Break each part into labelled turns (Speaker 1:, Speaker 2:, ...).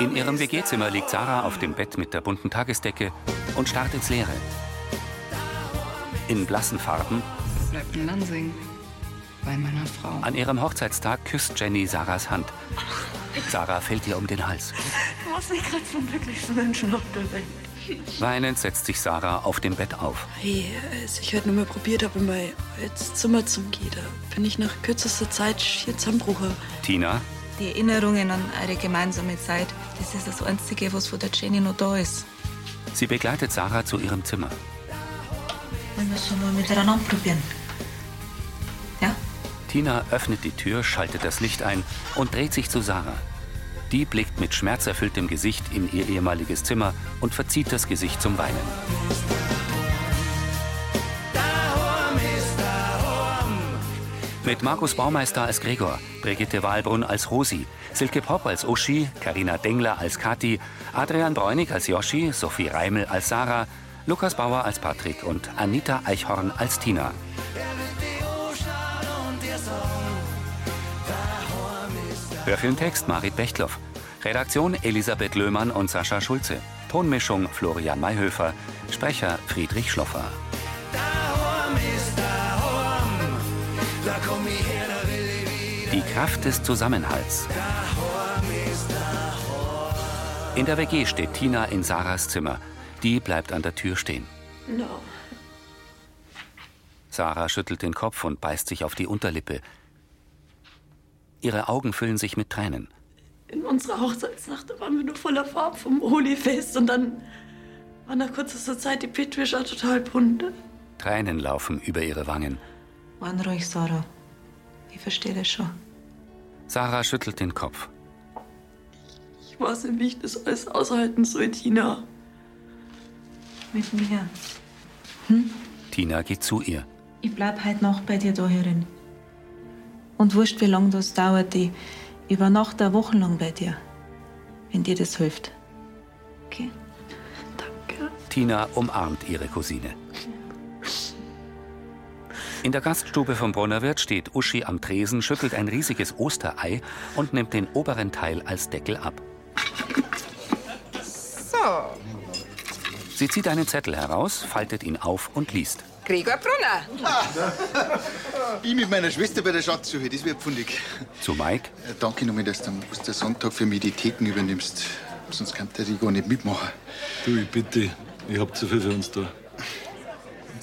Speaker 1: In ihrem WG-Zimmer liegt Sarah auf dem Bett mit der bunten Tagesdecke und starrt ins Leere. In blassen Farben,
Speaker 2: Bleibt in Lansing. Bei meiner Frau.
Speaker 1: an ihrem Hochzeitstag, küsst Jenny Sarahs Hand. Sarah fällt ihr um den Hals.
Speaker 3: Du machst mich gerade zum glücklichsten Menschen auf der Welt.
Speaker 1: Weinend setzt sich Sarah auf dem Bett auf.
Speaker 4: Hey, als ich heute nochmal probiert habe, in mein altes Zimmer zu gehen, da bin ich nach kürzester Zeit schier zusammengebrochen.
Speaker 1: Tina,
Speaker 5: Die Erinnerungen an eure gemeinsame Zeit, das ist das Einzige, was von der Jenny noch da ist.
Speaker 1: sie begleitet Sarah zu ihrem Zimmer.
Speaker 5: Wir müssen mal miteinander probieren. Ja?
Speaker 1: Tina öffnet die Tür, schaltet das Licht ein und dreht sich zu Sarah. Die blickt mit schmerzerfülltem Gesicht in ihr ehemaliges Zimmer und verzieht das Gesicht zum Weinen. Mit Markus Baumeister als Gregor, Brigitte Wahlbrunn als Rosi, Silke Popp als Uschi, Karina Dengler als Kathi, Adrian Bräunig als Joschi, Sophie Reimel als Sarah, Lukas Bauer als Patrick und Anita Eichhorn als Tina. Hörfilmtext Marit Bechtloff. Redaktion Elisabeth Löhmann und Sascha Schulze. Tonmischung Florian Mayhöfer. Sprecher Friedrich Schloffer. Die Kraft des Zusammenhalts. In der WG steht Tina in Sarahs Zimmer. Die bleibt an der Tür stehen.
Speaker 4: No.
Speaker 1: Sarah schüttelt den Kopf und beißt sich auf die Unterlippe. Ihre Augen füllen sich mit Tränen.
Speaker 4: In unserer Hochzeitsnacht da waren wir nur voller Farbe vom Holyfest und dann war nach kürzester Zeit die Petwischer total bunt.
Speaker 1: Tränen laufen über ihre Wangen.
Speaker 5: Mann ruhig, Sarah. Ich verstehe das schon.
Speaker 1: Sarah schüttelt den Kopf.
Speaker 4: Ich weiß nicht, wie ich das alles aushalten soll, Tina.
Speaker 5: Mit mir.
Speaker 1: Tina geht zu ihr.
Speaker 5: Ich bleib heute noch bei dir da, Herrin. Und wurscht, wie lange das dauert, ich übernachte eine Woche lang bei dir. Wenn dir das hilft. Okay?
Speaker 4: Danke.
Speaker 1: Tina umarmt ihre Cousine. In der Gaststube vom Brunnerwirt steht Uschi am Tresen, schüttelt ein riesiges Osterei und nimmt den oberen Teil als Deckel ab.
Speaker 6: So,
Speaker 1: Sie zieht einen Zettel heraus, faltet ihn auf und liest.
Speaker 6: Gregor Brunner.
Speaker 7: Ich mit meiner Schwester bei der Schatzsuche, das wird pfundig.
Speaker 1: Zu Mike.
Speaker 7: Äh, Danke nochmal, dass du am Ostersonntag für mich die Theken übernimmst. Sonst kann der Rigo nicht mitmachen.
Speaker 8: Du, ich bitte, ich hab zu viel für uns da.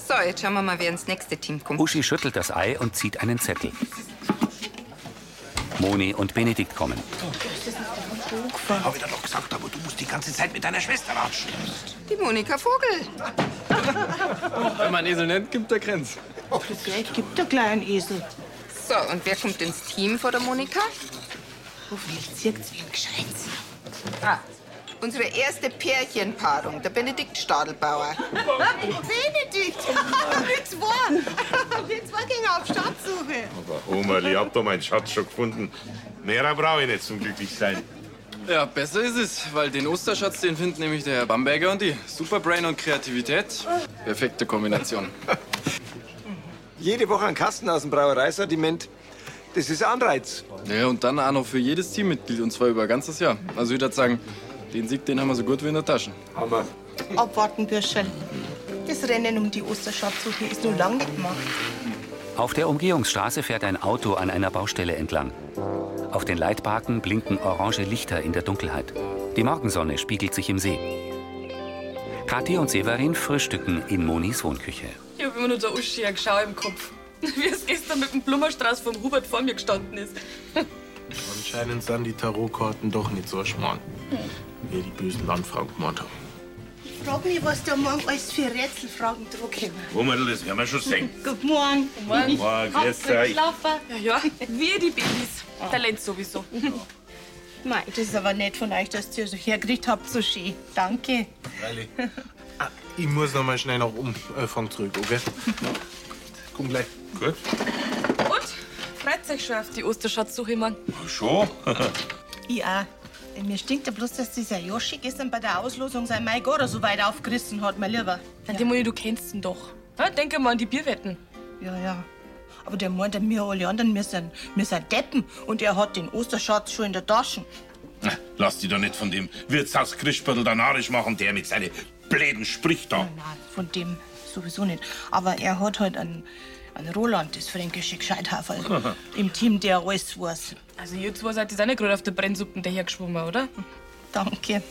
Speaker 6: So, jetzt schauen wir mal, wer ins nächste Team kommt.
Speaker 1: Uschi schüttelt das Ei und zieht einen Zettel. Moni und Benedikt kommen.
Speaker 3: Oh,
Speaker 9: Habe ich dir doch gesagt, aber du musst die ganze Zeit mit deiner Schwester ratschen.
Speaker 6: Die Monika Vogel.
Speaker 10: Wenn man Esel nennt, gibt der Grenz.
Speaker 3: Geld Oh, gibt der kleinen Esel.
Speaker 6: So, und wer kommt ins Team vor der Monika?
Speaker 3: Hoffentlich zirkt's Oh, wie ein Gescheit.
Speaker 6: Ah, unsere erste Pärchenpaarung, der Benedikt Stadelbauer.
Speaker 3: Benedikt! Wir zwei! Wir zwei gingen auf Schatzsuche.
Speaker 11: Aber Oma, ich hab da meinen Schatz schon gefunden. Mehrer brauche ich nicht zum Glücklichsein.
Speaker 10: Ja, besser ist es, weil den Osterschatz, den finden nämlich der Herr Bamberger und die. Superbrain und Kreativität. Perfekte Kombination.
Speaker 9: Jede Woche einen Kasten aus dem Brauereisortiment. Das ist ein Anreiz.
Speaker 10: Ja, und dann auch noch für jedes Teammitglied und zwar über ein ganzes Jahr. Also ich würde sagen, den Sieg, den haben wir so gut wie in der Tasche.
Speaker 9: Hammer.
Speaker 3: Abwarten, Bürschel. Das Rennen um die Osterschatzsuche ist nun lang nicht gemacht.
Speaker 1: Auf der Umgehungsstraße fährt ein Auto an einer Baustelle entlang. Auf den Leitparken blinken orange Lichter in der Dunkelheit. Die Morgensonne spiegelt sich im See. Kathi und Severin frühstücken in Monis Wohnküche.
Speaker 12: Ich habe immer nur so Uschi eine Geschau im Kopf. Wie es gestern mit dem Blumenstrauß vom Hubert vor mir gestanden ist.
Speaker 9: Anscheinend sind die Tarotkarten doch nicht so schmarrn, wie die bösen Landfrauen gemeint haben.
Speaker 3: Ich frag mich, was da morgen alles für Rätselfragen dran kommen.
Speaker 11: Oma, das werden wir schon sehen.
Speaker 3: Guten Morgen. Guten Morgen.
Speaker 11: Morgen, grüß euch.
Speaker 12: Ja, ja, wir die Babys. Talent sowieso.
Speaker 3: Nein, das ist aber nett von euch, dass ihr so hergerichtet habt, so schön. Danke.
Speaker 9: Ah, ich muss noch mal schnell nach Umfang zurück, okay? Komm gleich.
Speaker 11: Gut.
Speaker 12: Und? Freut euch schon auf die Osterschatzsuche, Mann.
Speaker 11: Schon?
Speaker 3: Ich auch. Mir stinkt ja bloß, dass dieser Yoshi gestern bei der Auslosung sein Maigoro so weit aufgerissen hat, mein Lieber.
Speaker 12: Ja. Die Moni, du kennst ihn doch. Ja, denke mal an die Bierwetten.
Speaker 3: Ja, ja. Aber der meint, wir alle anderen, wir sind, wir sind Deppen. Und er hat den Osterschatz schon in der Tasche.
Speaker 11: Na, Lass die doch nicht von dem Wirtshaus Krischbüttel da narrisch machen, der mit seinen blöden Sprich da.
Speaker 3: Na, von dem sowieso nicht. Aber er hat halt einen, einen Roland, das fränkische Gescheithaferl.
Speaker 11: Aha.
Speaker 3: Im Team, der alles weiß.
Speaker 12: Also, ihr zwei seid jetzt auch nicht gerade auf der Brennsuppen dahergeschwommen, oder?
Speaker 3: Danke.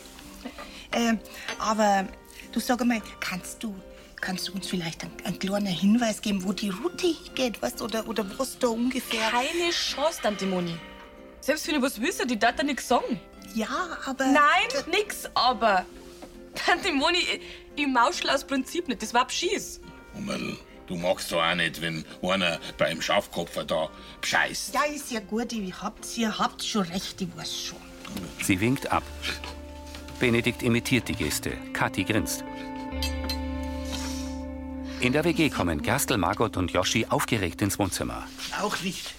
Speaker 3: Ähm, aber du sag mal, kannst du, kannst du uns vielleicht einen, einen kleinen Hinweis geben, wo die Route hingeht, weißt, du, oder, oder was da ungefähr?
Speaker 12: Keine Chance, Tante Moni. Selbst wenn ich was wüsste, die darf da nix sagen.
Speaker 3: Ja, aber.
Speaker 12: Nein, nix, aber. Tante Moni, ich, ich mauschel aus Prinzip nicht. Das war Beschieß.
Speaker 11: Hummerl, du magst doch auch nicht, wenn einer beim Schafkopfer da bescheißt.
Speaker 3: Ja, ist ja gut, ihr habt, ihr habt schon recht, ich weiß schon.
Speaker 1: Sie winkt ab. Benedikt imitiert die Geste. Kathi grinst. In der WG kommen Gerstl, Margot und Joschi aufgeregt ins Wohnzimmer.
Speaker 13: Auch nicht.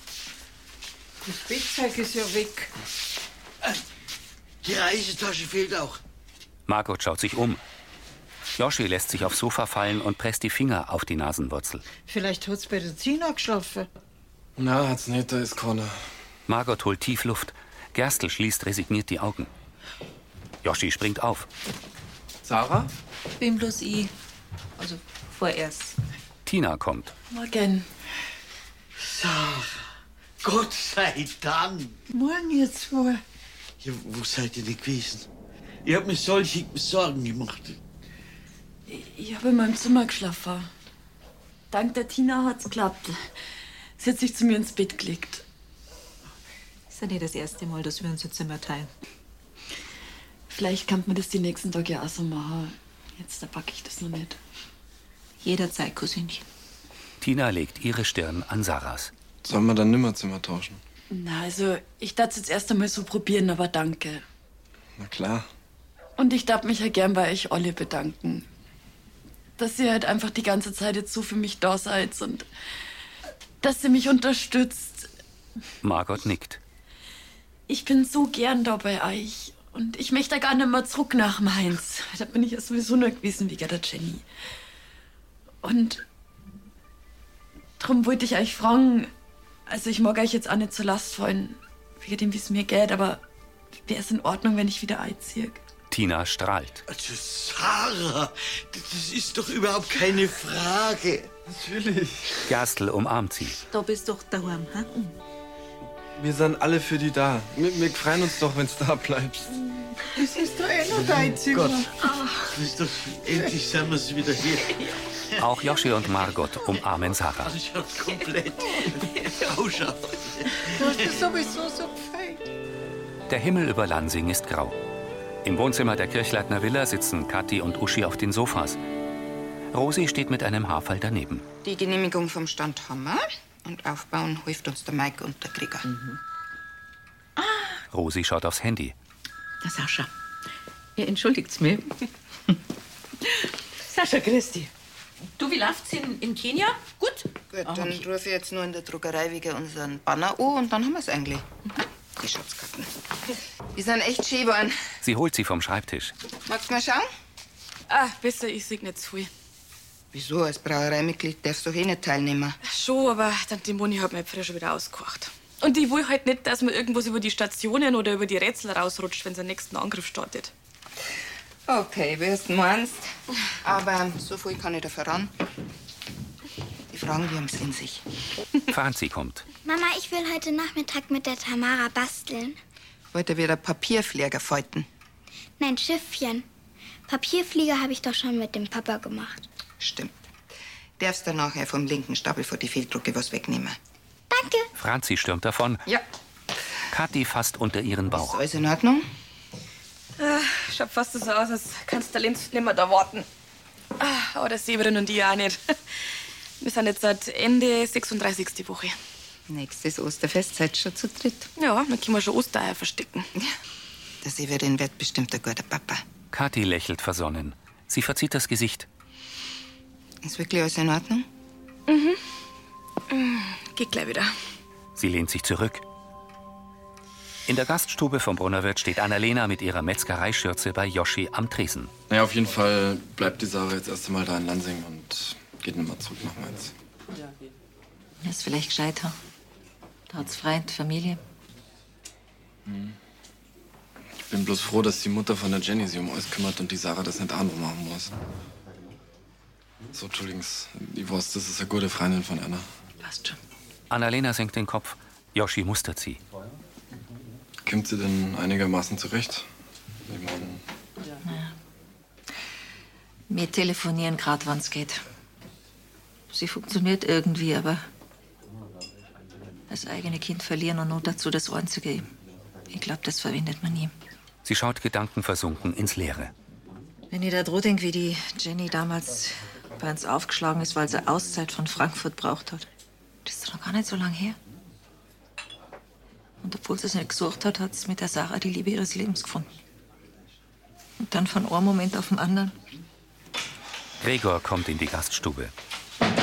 Speaker 13: Das Bettzeug ist ja weg. Die Reisetasche fehlt auch.
Speaker 1: Margot schaut sich um. Joschi lässt sich aufs Sofa fallen und presst die Finger auf die Nasenwurzel.
Speaker 13: Vielleicht hat's bei der Zina geschlafen.
Speaker 1: Na, hat's nicht, da ist Connor. Margot holt tief Luft. Gerstl schließt resigniert die Augen. Joschi springt auf.
Speaker 10: Sarah?
Speaker 5: Bin bloß ich. Also vorerst.
Speaker 1: Tina kommt.
Speaker 5: Morgen.
Speaker 13: Sarah, Gott sei Dank. Morgen jetzt wohl. Ja, wo seid ihr denn gewesen? Ich hab mir solche Sorgen gemacht.
Speaker 4: Ich habe in meinem Zimmer geschlafen. Dank der Tina hat's geklappt. Sie hat sich zu mir ins Bett gelegt.
Speaker 5: Ist ja nicht das erste Mal, dass wir uns jetzt Zimmer teilen.
Speaker 4: Vielleicht kann man das die nächsten Tage ja auch so machen. Jetzt da packe ich das noch nicht.
Speaker 5: Jederzeit, Cousinchen.
Speaker 1: Tina legt ihre Stirn an Sarahs.
Speaker 10: Sollen wir dann nimmer Zimmer tauschen?
Speaker 4: Na, also, ich darf jetzt erst einmal so probieren, aber danke.
Speaker 10: Na klar.
Speaker 4: Und ich darf mich ja gern bei euch alle bedanken. Dass ihr halt einfach die ganze Zeit jetzt so für mich da seid und dass ihr mich unterstützt.
Speaker 1: Margot nickt.
Speaker 4: Ich bin so gern da bei euch. Und ich möchte gar nicht mehr zurück nach Mainz. Da bin ich ja sowieso nur gewesen wegen der Jenny. Und drum wollte ich euch fragen, also ich mag euch jetzt auch nicht zur Last fallen, wegen dem, wie es mir geht, aber wäre es in Ordnung, wenn ich wieder einziehe?
Speaker 1: Tina strahlt.
Speaker 13: Also, Sarah, das das ist doch überhaupt keine Frage. Natürlich.
Speaker 1: Gerstl umarmt sie.
Speaker 5: Da bist du doch daheim, hm? hä?
Speaker 10: Wir sind alle für die da. Wir, wir freuen uns doch, wenn's da bleibst.
Speaker 13: Das ist doch eh nur dein Zimmer. Das ist doch, endlich sind wir wieder hier.
Speaker 1: Auch Joschi und Margot umarmen Sarah.
Speaker 13: Ausschaut komplett. Ausschaut.
Speaker 2: Du hast es sowieso so gefällt.
Speaker 1: Der Himmel über Lansing ist grau. Im Wohnzimmer der Kirchleitner Villa sitzen Kathi und Uschi auf den Sofas. Rosi steht mit einem Haarfall daneben.
Speaker 6: Die Genehmigung vom Stand haben wir. Und aufbauen hilft uns der Mike und der Krieger.
Speaker 3: Mhm.
Speaker 1: Rosi schaut aufs Handy.
Speaker 14: Na, Sascha, ihr entschuldigt's mir. Sascha, grüß dich. Du, wie läuft's in, in Kenia? Gut? Ah,
Speaker 6: Gut, dann rufe ich jetzt nur in der Druckerei wegen unseren Banner an und dann haben wir es eigentlich. Die Schatzkarten. Die sind echt schön geworden.
Speaker 1: Sie holt sie vom Schreibtisch.
Speaker 6: Magst du mal schauen?
Speaker 12: Ah, besser, ich segne nicht zu viel.
Speaker 6: Wieso? Als Brauereimitglied darfst du eh nicht teilnehmen.
Speaker 12: Schon, aber Tante Moni hat mir früher schon wieder ausgekocht. Und ich will halt nicht, dass man irgendwas über die Stationen oder über die Rätsel rausrutscht, wenn sein nächsten Angriff startet.
Speaker 6: Okay, wie du meinst. Aber so viel kann ich dir voran. Die Fragen, die haben es in sich.
Speaker 1: Franzi kommt.
Speaker 15: Mama, ich will heute Nachmittag mit der Tamara basteln.
Speaker 6: Heute wieder Papierflieger falten.
Speaker 15: Nein, Schiffchen. Papierflieger habe ich doch schon mit dem Papa gemacht.
Speaker 6: Stimmt. Darfst dann nachher vom linken Stapel vor die Fehldrucke was wegnehmen.
Speaker 1: Franzi stürmt davon.
Speaker 6: Ja.
Speaker 1: Kathi fasst unter ihren Bauch.
Speaker 6: Alles in Ordnung?
Speaker 12: Ah, schaut fast so aus, als kannst du Lenz nimmer da warten. Ah, Aber das Severin und ich auch nicht. Wir sind jetzt seit Ende 36. Woche.
Speaker 6: Nächstes Osterfest seid schon zu dritt.
Speaker 12: Ja, dann können wir schon
Speaker 6: Ah,
Speaker 12: Ostereier verstecken.
Speaker 6: Der Severin wird bestimmt ein guter Papa.
Speaker 1: Kathi lächelt versonnen. Sie verzieht das Gesicht.
Speaker 6: Ist wirklich alles in Ordnung?
Speaker 12: Mhm.
Speaker 6: Mhm.
Speaker 12: Mm, Geht gleich wieder.
Speaker 1: Sie lehnt sich zurück. In der Gaststube vom Brunnerwirt steht Annalena mit ihrer Metzgereischürze bei Joschi am Tresen.
Speaker 10: Naja, auf jeden Fall bleibt die Sarah jetzt erst einmal da in Lansing und geht nimmer zurück nach Mainz.
Speaker 14: Das ist vielleicht gescheiter. Da hat's Freund, Familie.
Speaker 10: Ich bin bloß froh, dass die Mutter von der Jenny sich um alles kümmert und die Sarah das nicht auch noch machen muss. So, Entschuldigung, ich weiß, das ist eine gute Freundin von Anna.
Speaker 14: Passt schon.
Speaker 1: Annalena senkt den Kopf. Yoshi mustert sie.
Speaker 10: Kommt sie denn einigermaßen zurecht? Ich mein,
Speaker 16: Wir telefonieren gerade, wann's geht. Sie funktioniert irgendwie, aber das eigene Kind verlieren und nur dazu das einzige. Ich glaube, das verwendet man nie.
Speaker 1: Sie schaut gedankenversunken ins Leere.
Speaker 16: Wenn ihr da droht, denkt, wie die Jenny damals bei uns aufgeschlagen ist, weil sie Auszeit von Frankfurt braucht hat. Das ist doch noch gar nicht so lange her. Und obwohl sie es nicht gesucht hat, hat sie mit der Sarah die Liebe ihres Lebens gefunden. Und dann von einem Moment auf den anderen.
Speaker 1: Gregor kommt in die Gaststube.
Speaker 16: War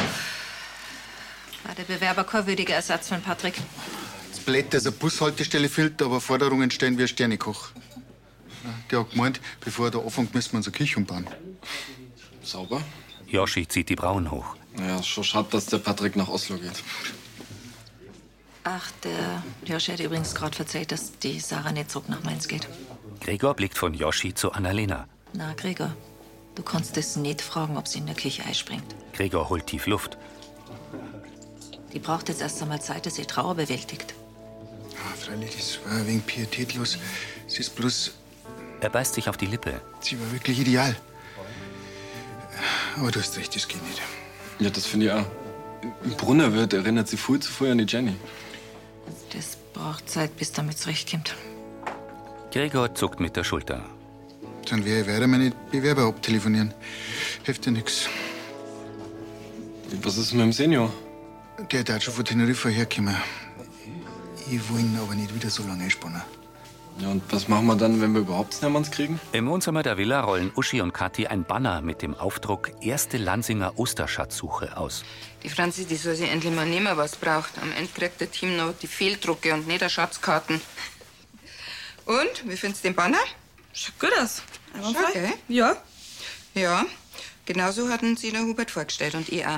Speaker 16: Ah, der Bewerber kein würdiger Ersatz für den Patrick.
Speaker 7: Das Blät, dass eine Bushaltestelle fehlt, aber Forderungen stellen wir Sternekoch. Der hat gemeint, bevor er da anfängt, müssen wir unsere Küche umbauen.
Speaker 10: sauber.
Speaker 1: Yoshi zieht die Brauen hoch.
Speaker 10: Naja, ist schon schade, dass der Patrick nach Oslo geht.
Speaker 16: Ach, der Josh hat übrigens gerade erzählt, dass die Sarah nicht zurück nach Mainz geht.
Speaker 1: Gregor blickt von Yoshi zu Annalena.
Speaker 16: Na, Gregor, du kannst es nicht fragen, ob sie in der Küche einspringt.
Speaker 1: Gregor holt tief Luft.
Speaker 16: Die braucht jetzt erst einmal Zeit, dass sie Trauer bewältigt.
Speaker 7: Ah, freilich, das war ein wenig pietätlos. Sie ist bloß,
Speaker 1: Er beißt sich auf die Lippe.
Speaker 7: sie war wirklich ideal. Aber du hast recht, das geht nicht.
Speaker 10: Ja, das finde ich auch. Im Brunnerwirt erinnert sie viel zu früh an die Jenny.
Speaker 16: Das braucht Zeit, bis damit zurechtkommt.
Speaker 1: Gregor zuckt mit der Schulter.
Speaker 7: Dann wäre ich weiter meine Bewerber abtelefonieren. Hilft dir nix.
Speaker 10: Was ist mit dem Senior?
Speaker 7: Der darf schon von Teneriffa herkommen. Ich will ihn aber nicht wieder so lange einspannen.
Speaker 10: Ja, und was machen wir dann, wenn wir überhaupt Snemmerns kriegen?
Speaker 1: Im Wohnzimmer der Villa rollen Uschi und Kathi ein Banner mit dem Aufdruck Erste Lansinger Osterschatzsuche aus.
Speaker 6: Die Franzi, die soll sich endlich mal nehmen, was braucht. Am Ende kriegt der Team noch die Fehldrucke und nicht die Schatzkarten. Und, wie findest du den Banner? Schaut gut aus.
Speaker 12: frei.
Speaker 6: Ja. Ja, genauso hatten sie der Hubert vorgestellt und ich auch.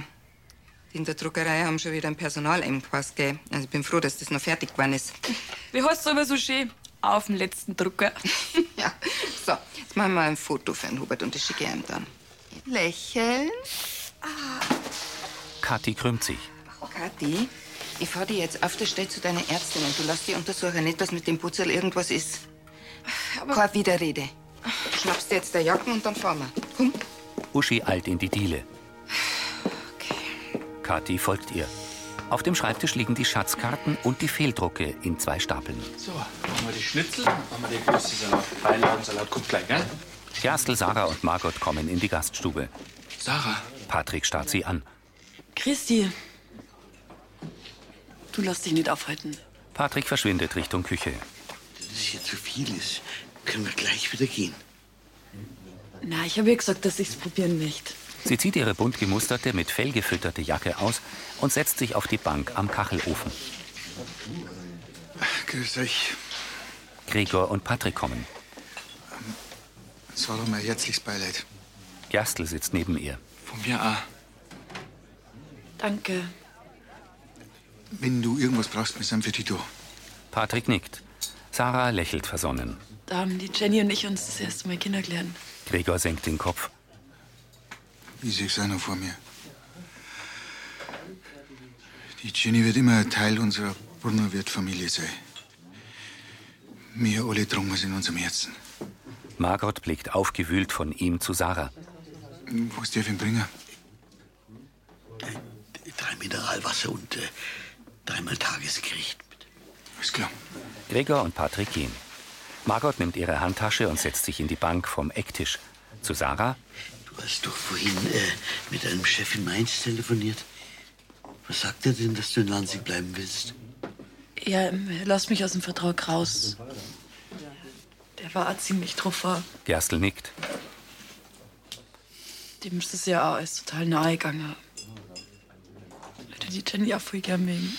Speaker 6: Die in der Druckerei haben schon wieder ein Personalengpass, gell? Also ich bin froh, dass das noch fertig geworden ist.
Speaker 12: Wie heißt es aber so schön? Auf dem letzten Drucker.
Speaker 6: So, jetzt machen wir ein Foto für den Hubert und das schicke ich ihm dann. Lächeln.
Speaker 1: Kathi krümmt sich.
Speaker 6: Kathi, ich fahr dich jetzt auf der Stelle zu deiner Ärztin und du lass die untersuchen, nicht, dass mit dem Putzel irgendwas ist. Keine Widerrede. Schnappst dir jetzt der Jacken und dann fahren wir. Komm.
Speaker 1: Uschi eilt in die Diele. Kathi folgt ihr. Auf dem Schreibtisch liegen die Schatzkarten und die Fehldrucke in zwei Stapeln.
Speaker 17: So, machen wir die Schnitzel, machen wir den großen Salat. Beilagensalat kommt gleich, gell?
Speaker 1: Kerstel, Sarah und Margot kommen in die Gaststube.
Speaker 17: Sarah.
Speaker 1: Patrick starrt sie an.
Speaker 4: Christi, du lass dich nicht aufhalten.
Speaker 1: Patrick verschwindet Richtung Küche.
Speaker 13: Das ist ja zu vieles. Können wir gleich wieder gehen.
Speaker 4: Na, ich habe ja gesagt, dass ich's probieren möchte.
Speaker 1: Sie zieht ihre bunt gemusterte, mit Fell gefütterte Jacke aus und setzt sich auf die Bank am Kachelofen.
Speaker 7: Grüß euch.
Speaker 1: Gregor und Patrick kommen.
Speaker 7: Es war doch mein herzliches Beileid.
Speaker 1: Gerstl sitzt neben ihr.
Speaker 7: Von mir auch.
Speaker 4: Danke.
Speaker 7: Wenn du irgendwas brauchst, wir sind für dich da.
Speaker 1: Patrick nickt. Sarah lächelt versonnen.
Speaker 4: Da haben die Jenny und ich uns das erste Mal Kinder gelernt.
Speaker 1: Gregor senkt den Kopf.
Speaker 7: Ich seh's auch noch vor mir. Die Jenny wird immer ein Teil unserer Brunnerwirt-Familie sein. Wir alle tragen was in unserem Herzen.
Speaker 1: Margot blickt aufgewühlt von ihm zu Sarah.
Speaker 7: Was darf ich ihm bringen?
Speaker 13: Äh, Drei Mineralwasser und äh, dreimal Tagesgericht.
Speaker 7: Alles klar.
Speaker 1: Gregor und Patrick gehen. Margot nimmt ihre Handtasche und setzt sich in die Bank vom Ecktisch. Zu Sarah.
Speaker 13: Du hast doch vorhin äh, mit einem Chef in Mainz telefoniert. Was sagt er denn, dass du in Lansing bleiben willst?
Speaker 4: Ja, ähm, lass mich aus dem Vertrag raus. Der war auch ziemlich truffer.
Speaker 1: Gerstl nickt.
Speaker 4: Dem ist es ja auch alles total nahegegangen. Hätte die Jenny auch voll gern mögen.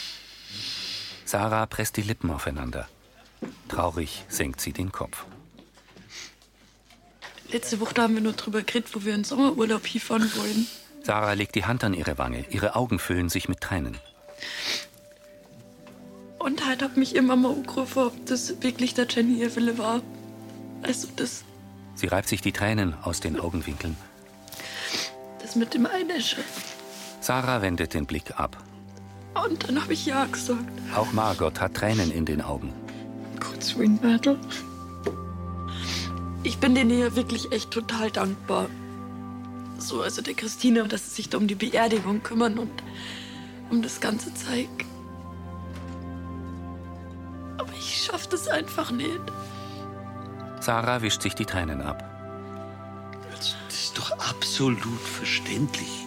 Speaker 1: Sarah presst die Lippen aufeinander. Traurig senkt sie den Kopf.
Speaker 4: Letzte Woche haben wir nur drüber geredet, wo wir in den Sommerurlaub hinfahren wollen.
Speaker 1: Sarah legt die Hand an ihre Wange. Ihre Augen füllen sich mit Tränen.
Speaker 4: Und halt hat mich ihr Mama angerufen, ob das wirklich der Jenny ihr Wille war. Also das,
Speaker 1: Sie reibt sich die Tränen aus den Augenwinkeln.
Speaker 4: das mit dem Einäscher.
Speaker 1: Sarah wendet den Blick ab.
Speaker 4: Und dann habe ich ja gesagt.
Speaker 1: Auch Margot hat Tränen in den Augen.
Speaker 4: Kurzwin Myrtle. Ich bin denen hier wirklich echt total dankbar. So, also der Christine, dass sie sich da um die Beerdigung kümmern und um das ganze Zeug. Aber ich schaff das einfach nicht.
Speaker 1: Sarah wischt sich die Tränen ab.
Speaker 13: Das ist doch absolut verständlich.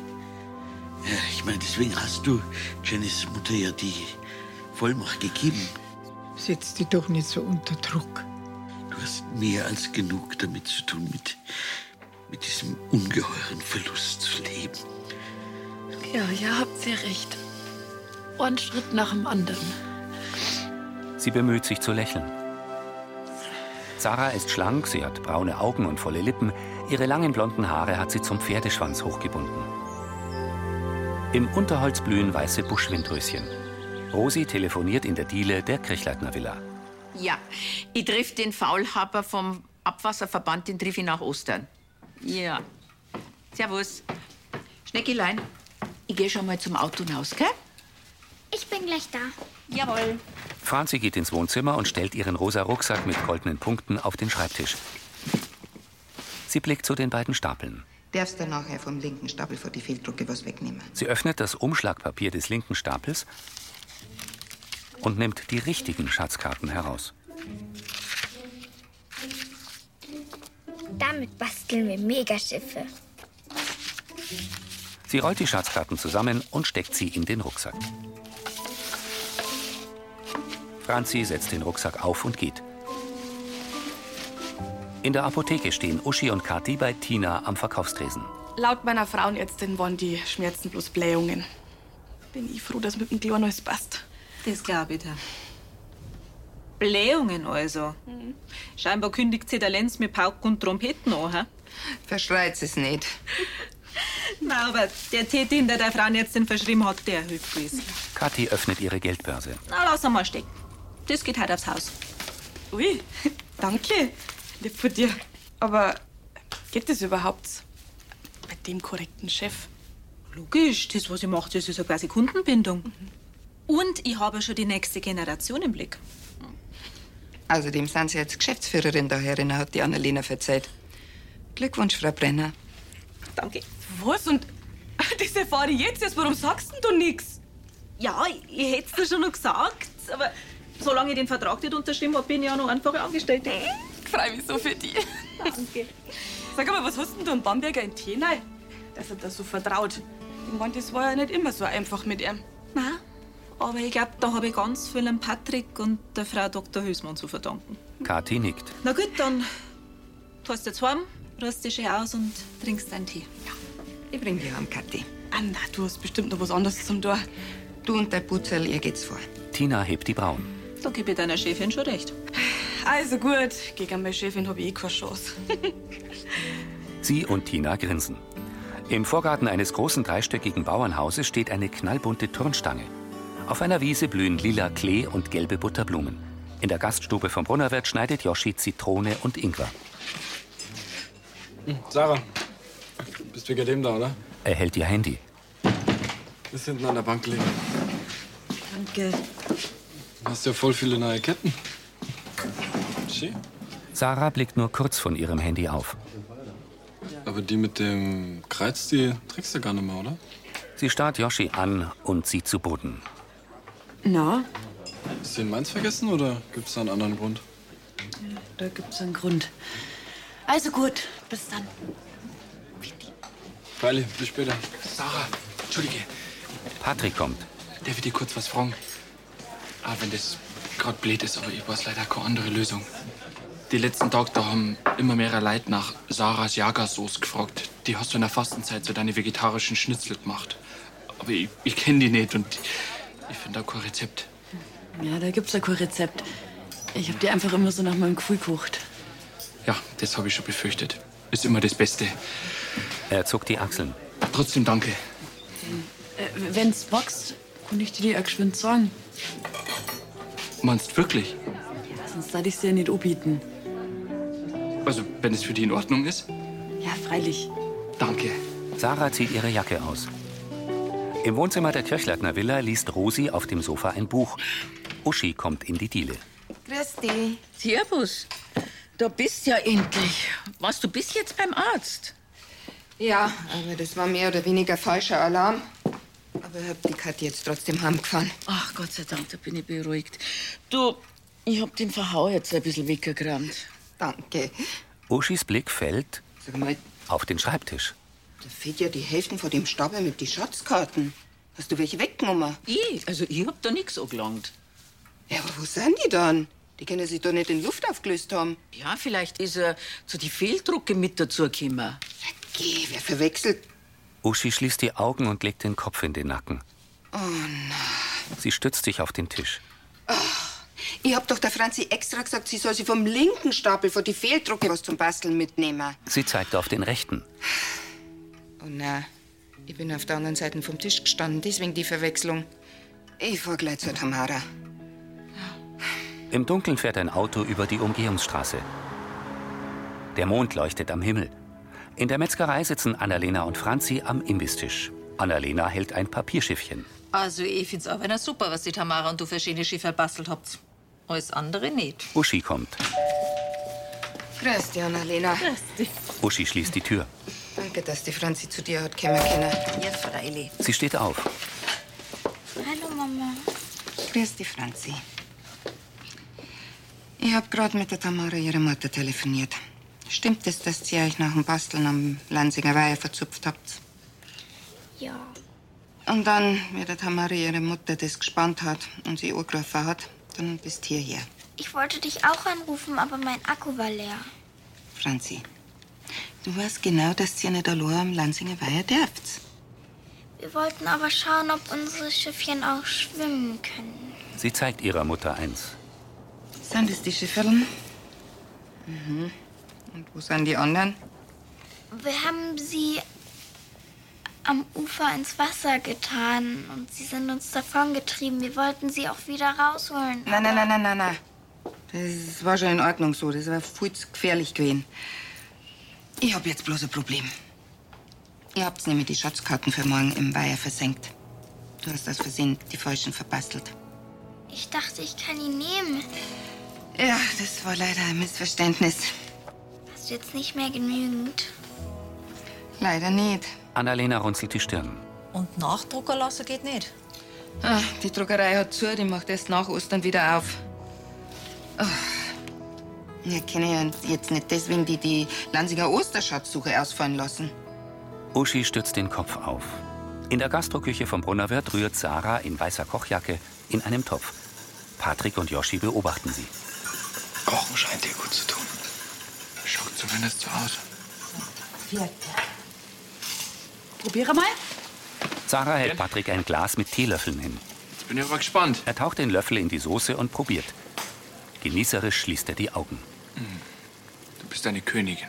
Speaker 13: Ja, ich meine, deswegen hast du Jennys Mutter ja die Vollmacht gegeben.
Speaker 18: Setz dich doch nicht so unter Druck.
Speaker 13: Du hast mehr als genug damit zu tun, mit, mit diesem ungeheuren Verlust zu leben.
Speaker 4: Ja, ja, habt ihr recht. Ein Schritt nach dem anderen.
Speaker 1: Sie bemüht sich zu lächeln. Sarah ist schlank, sie hat braune Augen und volle Lippen. Ihre langen blonden Haare hat sie zum Pferdeschwanz hochgebunden. Im Unterholz blühen weiße Buschwindröschen. Rosi telefoniert in der Diele der Kirchleitner Villa.
Speaker 14: Ja, ich triff den Faulhaber vom Abwasserverband, den triff ich nach Ostern. Ja. Servus. Schneckelein, ich gehe schon mal zum Auto hinaus, gell?
Speaker 15: Ich bin gleich da.
Speaker 14: Jawohl.
Speaker 1: Franzi geht ins Wohnzimmer und stellt ihren rosa Rucksack mit goldenen Punkten auf den Schreibtisch. Sie blickt zu den beiden Stapeln.
Speaker 6: Darfst du nachher vom linken Stapel vor die Fehldrucke was wegnehmen?
Speaker 1: Sie öffnet das Umschlagpapier des linken Stapels und nimmt die richtigen Schatzkarten heraus.
Speaker 15: Damit basteln wir Megaschiffe.
Speaker 1: Sie rollt die Schatzkarten zusammen und steckt sie in den Rucksack. Franzi setzt den Rucksack auf und geht. In der Apotheke stehen Uschi und Kathi bei Tina am Verkaufstresen.
Speaker 12: Laut meiner Frauenärztin waren die Schmerzen bloß Blähungen. Bin ich froh, dass mit dem Kleinen alles passt.
Speaker 5: Das glaube ich dir. Blähungen also.
Speaker 12: Mhm.
Speaker 5: Scheinbar kündigt sie der Lenz mit Pauken und Trompeten an, hä?
Speaker 6: Verschreit es nicht.
Speaker 5: Na, aber der Tee, den der der Frauenärztin verschrieben hat, der hilft gewesen.
Speaker 1: Kathi öffnet ihre Geldbörse.
Speaker 5: Na, lass mal stecken. Das geht halt aufs Haus.
Speaker 12: Ui, danke. Lieb von dir. Aber geht das überhaupt bei dem korrekten Chef?
Speaker 5: Logisch, das, was ich mache, das ist ja quasi Kundenbindung. Und ich habe schon die nächste Generation im Blick.
Speaker 6: Außerdem Also, sind Sie jetzt Geschäftsführerin da, Herrin, hat die Annalena verzeiht. Glückwunsch, Frau Brenner.
Speaker 5: Danke.
Speaker 12: Was? Und das erfahre ich jetzt erst. Warum sagst denn du nichts?
Speaker 5: Ja, ich hätte es dir schon noch gesagt, aber solange ich den Vertrag nicht unterschrieben habe, bin ich ja noch einfache Angestellte.
Speaker 12: Ich freue mich so für dich. Danke. Sag mal, was hast denn du an Bamberger in Tenai? Dass er da so vertraut. Ich meine, das war ja nicht immer so einfach mit ihm.
Speaker 5: Na, aber ich glaube, da habe ich ganz viel an Patrick und der Frau Dr. Hülsmann zu verdanken.
Speaker 1: Kathi nickt.
Speaker 5: Na gut, dann fährst du jetzt heim, ruhst dich schön aus und trinkst deinen Tee. Ah,
Speaker 6: Ich bring dir am Kathi.
Speaker 12: Anna, du hast bestimmt noch was anderes zum Tor.
Speaker 6: Du und der Putzel, ihr geht's vor.
Speaker 1: Tina hebt die Brauen.
Speaker 5: Da gebe ich deiner Chefin schon recht.
Speaker 12: Also gut, gegen meine Chefin habe ich eh keine Chance.
Speaker 1: Sie und Tina grinsen. Im Vorgarten eines großen dreistöckigen Bauernhauses steht eine knallbunte Turnstange. Auf einer Wiese blühen lila Klee und gelbe Butterblumen. In der Gaststube vom Brunnerwirt schneidet Joschi Zitrone und Ingwer.
Speaker 10: Hm, Sarah, bist wegen dem da, oder?
Speaker 1: Er hält ihr Handy.
Speaker 10: Ist hinten an der Bank gelegen.
Speaker 16: Danke.
Speaker 10: Hast ja voll viele neue Ketten. Schön.
Speaker 1: Sarah blickt nur kurz von ihrem Handy auf.
Speaker 10: Aber die mit dem Kreuz, die trägst du gar nicht mehr, oder?
Speaker 1: Sie starrt Joschi an und sieht zu Boden.
Speaker 10: Na? Hast du den meins vergessen oder gibt's da einen anderen Grund?
Speaker 4: Da gibt's einen Grund. Also gut, bis dann.
Speaker 10: Freilich, bis später.
Speaker 17: Sarah, entschuldige,
Speaker 1: Patrick kommt.
Speaker 17: darf ich dir kurz was fragen? Ah, wenn das gerade blöd ist, aber ich weiß leider keine andere Lösung. Die letzten Tage da haben immer mehrere Leute nach Sarahs Jagersoße gefragt. Die hast du in der Fastenzeit so deine vegetarischen Schnitzel gemacht. Aber ich, ich kenne die nicht und ich finde da kein Rezept.
Speaker 4: Ja, da gibt's ja kein Rezept. Ich hab die einfach immer so nach meinem Gefühl gekocht.
Speaker 17: Ja, das habe ich schon befürchtet. Ist immer das Beste.
Speaker 1: Er zuckt die Achseln.
Speaker 17: Trotzdem danke.
Speaker 4: Äh, wenn's boxt, kann ich dir die auch geschwind sagen.
Speaker 17: Meinst wirklich?
Speaker 4: Sonst darf ich's dir nicht anbieten.
Speaker 17: Also, wenn es für die in Ordnung ist.
Speaker 4: Ja, freilich.
Speaker 1: Danke. Sarah zieht ihre Jacke aus. Im Wohnzimmer der Kirchleitner Villa liest Rosi auf dem Sofa ein Buch. Uschi kommt in die Diele.
Speaker 14: Grüß dich. Servus. Da bist ja endlich. Was, du bist jetzt beim Arzt?
Speaker 6: Ja, aber das war mehr oder weniger falscher Alarm. Aber ich hab die Karte jetzt trotzdem heimgefahren.
Speaker 14: Ach, Gott sei Dank, da bin ich beruhigt. Du, ich hab den Verhau jetzt ein bisschen weggekramt.
Speaker 6: Danke.
Speaker 1: Uschis Blick fällt
Speaker 6: Sag mal,
Speaker 1: auf den Schreibtisch.
Speaker 6: da fehlt ja die Hälfte von dem Stapel mit den Schatzkarten. Hast du welche weggenommen?
Speaker 14: Ich? Also ich hab da nichts angelangt.
Speaker 6: Ja, aber wo sind die dann? Die können sich doch nicht in Luft aufgelöst haben.
Speaker 14: Ja, vielleicht ist er zu die Fehldrucke mit dazugekommen.
Speaker 6: Geh, wer verwechselt?
Speaker 1: Uschi schließt die Augen und legt den Kopf in den Nacken.
Speaker 6: Oh nein. Ah.
Speaker 1: Sie stützt sich auf den Tisch.
Speaker 6: Ich hab doch der Franzi extra gesagt, sie soll sie vom linken Stapel vor die Fehldrucke was zum Basteln mitnehmen.
Speaker 1: Sie zeigt auf den rechten.
Speaker 6: Oh nein, ich bin auf der anderen Seite vom Tisch gestanden, deswegen die Verwechslung. Ich fahr gleich zur Tamara.
Speaker 1: Im Dunkeln fährt ein Auto über die Umgehungsstraße. Der Mond leuchtet am Himmel. In der Metzgerei sitzen Annalena und Franzi am Imbistisch. Annalena hält ein Papierschiffchen.
Speaker 16: Also, ich find's auch einer super, was die Tamara und du für schöne Schiffe bastelt habt. Alles andere nicht.
Speaker 1: Uschi kommt.
Speaker 6: Grüß dich, Annalena. Grüß dich.
Speaker 1: Uschi schließt die Tür.
Speaker 6: Danke, dass die Franzi zu dir hat kommen können.
Speaker 14: Ja, freilich.
Speaker 1: Sie steht auf.
Speaker 6: Hallo, Mama. Grüß dich, Franzi. Ich hab grad mit der Tamara, ihrer Mutter, telefoniert. Stimmt es, dass ihr euch nach dem Basteln am Lansinger Weiher verzupft habt?
Speaker 15: Ja.
Speaker 6: Und dann, wie der Tamara ihre Mutter das gespannt hat und sie angerufen hat, dann bist hierher.
Speaker 15: Ich wollte dich auch anrufen, aber mein Akku war leer.
Speaker 6: Franzi, du weißt genau, dass ihr nicht allein am Lansinger Weiher dürft.
Speaker 15: Wir wollten aber schauen, ob unsere Schiffchen auch schwimmen können.
Speaker 1: Sie zeigt ihrer Mutter eins.
Speaker 6: Sind es die Schifferln? Mhm. Und wo sind die anderen?
Speaker 15: Wir haben sie am Ufer ins Wasser getan und sie sind uns davongetrieben. Wir wollten sie auch wieder rausholen.
Speaker 6: Nein, nein, nein, nein, nein, nein. Das war schon in Ordnung so. Das war viel zu gefährlich gewesen. Ich hab jetzt bloß ein Problem. Ihr habt nämlich die Schatzkarten für morgen im Weiher versenkt. Du hast aus Versehen die falschen verbastelt.
Speaker 15: Ich dachte, ich kann ihn nehmen.
Speaker 6: Ja, das war leider ein Missverständnis.
Speaker 15: Hast du jetzt nicht mehr genügend?
Speaker 6: Leider nicht.
Speaker 1: Annalena runzelt die Stirn.
Speaker 16: Und nachdrucken lassen geht nicht.
Speaker 6: Ah, die Druckerei hat zu, die macht erst nach Ostern wieder auf. Ah. Wir können ja jetzt nicht deswegen die, die Lanziger Osterschatzsuche ausfallen lassen.
Speaker 1: Uschi stützt den Kopf auf. In der Gastroküche vom Brunnerwirt rührt Sarah in weißer Kochjacke in einem Topf. Patrick und Joschi beobachten sie.
Speaker 10: Kochen scheint dir gut zu tun. Schaut zumindest so aus.
Speaker 4: Probiere mal.
Speaker 1: Sarah hält Patrick ein Glas mit Teelöffeln hin.
Speaker 17: Jetzt bin ich aber gespannt.
Speaker 1: Er taucht den Löffel in die Soße und probiert. Genießerisch schließt er die Augen.
Speaker 10: Hm.
Speaker 17: Du bist eine Königin.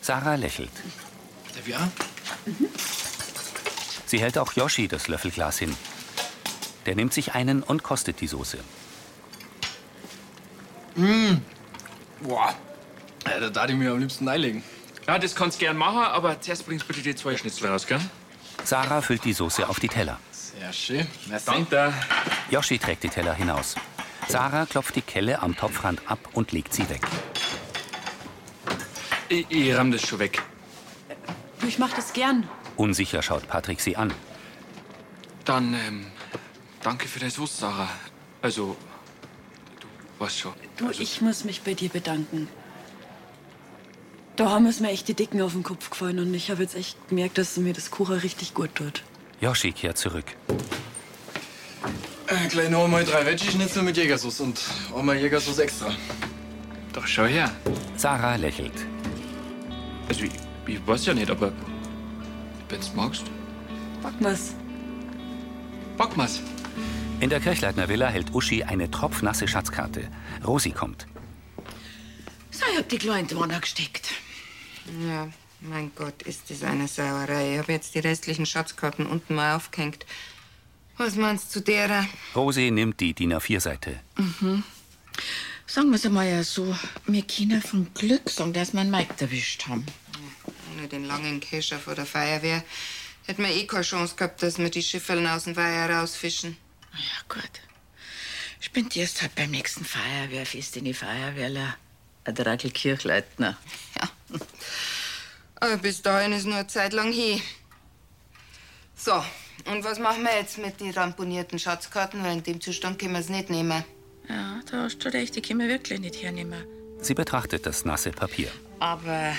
Speaker 1: Sarah lächelt.
Speaker 17: Der VR?
Speaker 1: Sie hält auch Yoshi das Löffelglas hin. Der nimmt sich einen und kostet die Soße.
Speaker 10: Hm.
Speaker 17: Mmh.
Speaker 10: Boah. Ja, da darf ich mir am liebsten einlegen.
Speaker 17: Ja, das kannst gern machen, aber zuerst bringst bitte die zwei Schnitzel raus, gell?
Speaker 1: Sarah füllt die Soße auf die Teller.
Speaker 10: Sehr schön.
Speaker 17: Danke.
Speaker 1: Yoshi trägt die Teller hinaus. Sarah klopft die Kelle am Topfrand ab und legt sie weg.
Speaker 17: Ich, ich ramm das schon weg.
Speaker 4: Du, ich mach das gern.
Speaker 1: Unsicher schaut Patrick sie an.
Speaker 17: Dann, ähm, danke für deine Soße, Sarah. Also, du weißt schon.
Speaker 4: Du, ich muss mich bei dir bedanken. Da haben es mir echt die Dicken auf den Kopf gefallen und ich habe jetzt echt gemerkt, dass mir das Kuchen richtig gut tut.
Speaker 1: Yoshi kehrt zurück.
Speaker 10: Äh, gleich noch einmal drei Veggie-Schnitzel mit Jägersauce und einmal Jägersauce extra.
Speaker 17: Doch, schau her.
Speaker 1: Sarah lächelt.
Speaker 17: Also, ich, ich weiß ja nicht, aber wenn's magst,
Speaker 4: Back mal's.
Speaker 17: back mal's.
Speaker 1: In der Kirchleitner Villa hält Uschi eine tropfnasse Schatzkarte. Rosi kommt.
Speaker 14: So, ich hab die Kleine in die Wanne gesteckt.
Speaker 6: Ja, mein Gott, ist das eine Sauerei. Ich habe jetzt die restlichen Schatzkarten unten mal aufgehängt. Was meinst du derer?
Speaker 1: Rosi nimmt die DIN A4-Seite.
Speaker 14: Mhm. Sagen wir's einmal also, ja so, mir Kinder vom Glück sagen, dass wir einen Mike erwischt haben.
Speaker 6: Ohne den langen Kescher vor der Feuerwehr hätten wir eh keine Chance gehabt, dass wir die Schifferln aus dem Weiher rausfischen.
Speaker 14: Ja, gut. Spendierst halt beim nächsten Feuerwehrfest in die Feuerwehrler ein Dreitel Kirchleitner.
Speaker 6: Aber bis dahin ist nur eine Zeit lang hin. So, und was machen wir jetzt mit den ramponierten Schatzkarten? Weil in dem Zustand können wir es nicht nehmen.
Speaker 14: Ja, da hast du recht, die können wir wirklich nicht hernehmen.
Speaker 1: Sie betrachtet das nasse Papier.
Speaker 14: Aber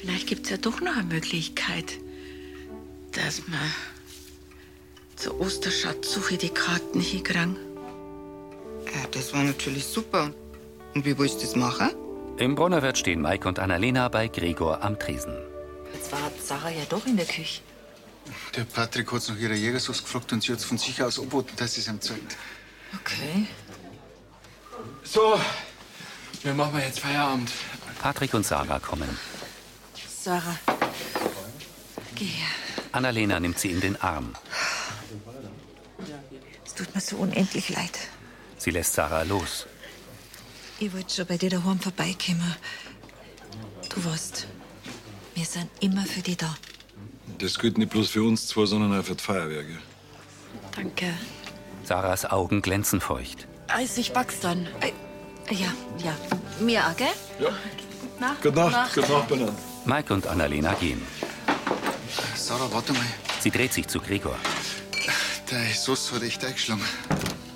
Speaker 14: vielleicht gibt's ja doch noch eine Möglichkeit, dass man zur Osterschatzsuche die Karten hinkriegen.
Speaker 6: Ja, Äh, das war natürlich super. Und wie willst du das machen?
Speaker 1: Im Brunnerwirt stehen Mike und Annalena bei Gregor am Tresen.
Speaker 16: Jetzt war Sarah ja doch in der Küche.
Speaker 7: Der Patrick hat's nach ihrer Jägersucht gefragt und sie hat's von sich aus angeboten, dass sie es ihm zeigt.
Speaker 16: Okay.
Speaker 17: So, wir machen jetzt Feierabend.
Speaker 1: Patrick und Sarah kommen.
Speaker 16: Sarah. Geh her.
Speaker 1: Annalena nimmt sie in den Arm.
Speaker 16: Es tut mir so unendlich leid.
Speaker 1: Sie lässt Sarah los.
Speaker 16: Ich wollte schon bei dir daheim vorbeikommen. Du weißt, wir sind immer für dich da.
Speaker 10: Das gilt nicht bloß für uns zwei, sondern auch für die Feuerwehr. gell?
Speaker 4: Danke.
Speaker 1: Sarahs Augen glänzen feucht.
Speaker 4: Eis, ich back's dann.
Speaker 16: Ja, ja. Mir auch, gell?
Speaker 10: Ja.
Speaker 16: Nacht.
Speaker 10: Gute Nacht, gute Nacht beieinander.
Speaker 1: Mike und Annalena gehen.
Speaker 7: Sarah, warte mal.
Speaker 1: Sie dreht sich zu Gregor.
Speaker 7: Der Soß hat echt eingeschlagen.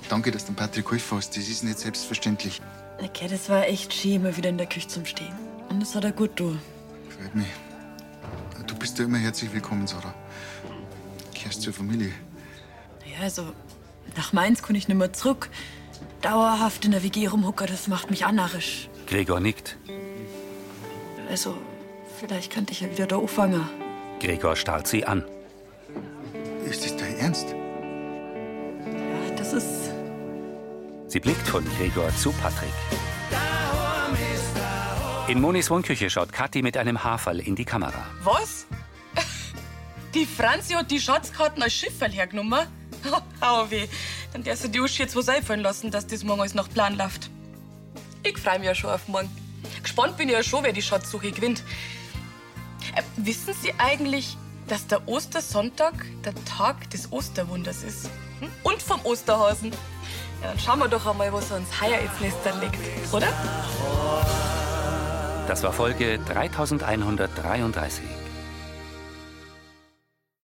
Speaker 7: Danke, dass du dem Patrick geholfen hast. Das ist nicht selbstverständlich.
Speaker 4: Okay, das war echt schön, mal wieder in der Küche zum Stehen. Und das hat er gut, du.
Speaker 7: Freut mich. Du bist ja immer herzlich willkommen, Sarah. Kehrst zur Familie.
Speaker 4: Ja, also, nach Mainz kann ich nimmer zurück. Dauerhaft in der WG rumhucker, das macht mich anarisch.
Speaker 1: Gregor nickt.
Speaker 4: Also, vielleicht könnte ich ja wieder da anfangen.
Speaker 1: Gregor starrt sie an.
Speaker 7: Ist das dein Ernst?
Speaker 4: Ja, das ist.
Speaker 1: Sie blickt von Gregor zu Patrick. In Monis Wohnküche schaut Kathi mit einem Haferl in die Kamera.
Speaker 12: Was? Die Franzi hat die Schatzkarten als Schifferl hergenommen? Hau weh. Dann darfst du die Uschi jetzt was einfallen lassen, dass das morgen alles nach Plan läuft. Ich freue mich ja schon auf morgen. Gespannt bin ich ja schon, wer die Schatzsuche gewinnt. Äh, wissen Sie eigentlich, dass der Ostersonntag der Tag des Osterwunders ist? Hm? Und vom Osterhasen. Ja, dann schauen wir doch einmal, was er uns heuer ins Nestern legt, oder?
Speaker 1: Das war Folge 3133.